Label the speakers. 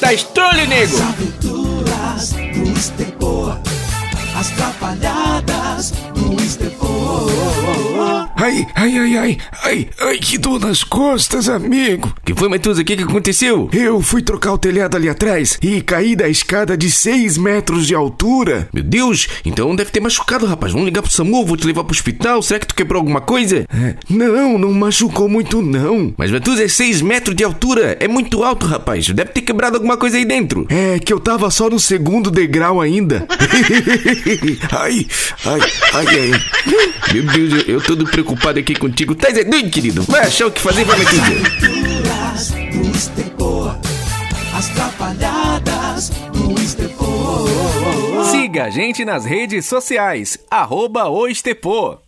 Speaker 1: das Trolho Tá Nego.
Speaker 2: aventuras do Estepor, as trapalhadas do Estepor.
Speaker 3: Ai, ai, ai, ai, ai, ai, que dor nas costas, amigo.
Speaker 1: Que foi, Matuza? O que, que aconteceu?
Speaker 3: Eu fui trocar o telhado ali atrás e caí da escada de 6 metros de altura.
Speaker 1: Meu Deus, então deve ter machucado, rapaz. Vamos ligar pro SAMU, vou te levar pro hospital. Será que tu quebrou alguma coisa?
Speaker 3: É, Não, não machucou muito não.
Speaker 1: Mas Matuza é 6 metros de altura. É muito alto, rapaz. Deve ter quebrado alguma coisa aí dentro.
Speaker 3: É que eu tava só no segundo degrau ainda. ai, ai, ai, ai.
Speaker 1: Meu Deus, eu, eu todo preocupado aqui contigo. Tá é doido, querido. Vai achar o que fazer, vai, Matuza.
Speaker 2: Aventuras do Estepor, as trapalhadas do Estepor.
Speaker 4: Siga a gente nas redes sociais, arroba o Estepô.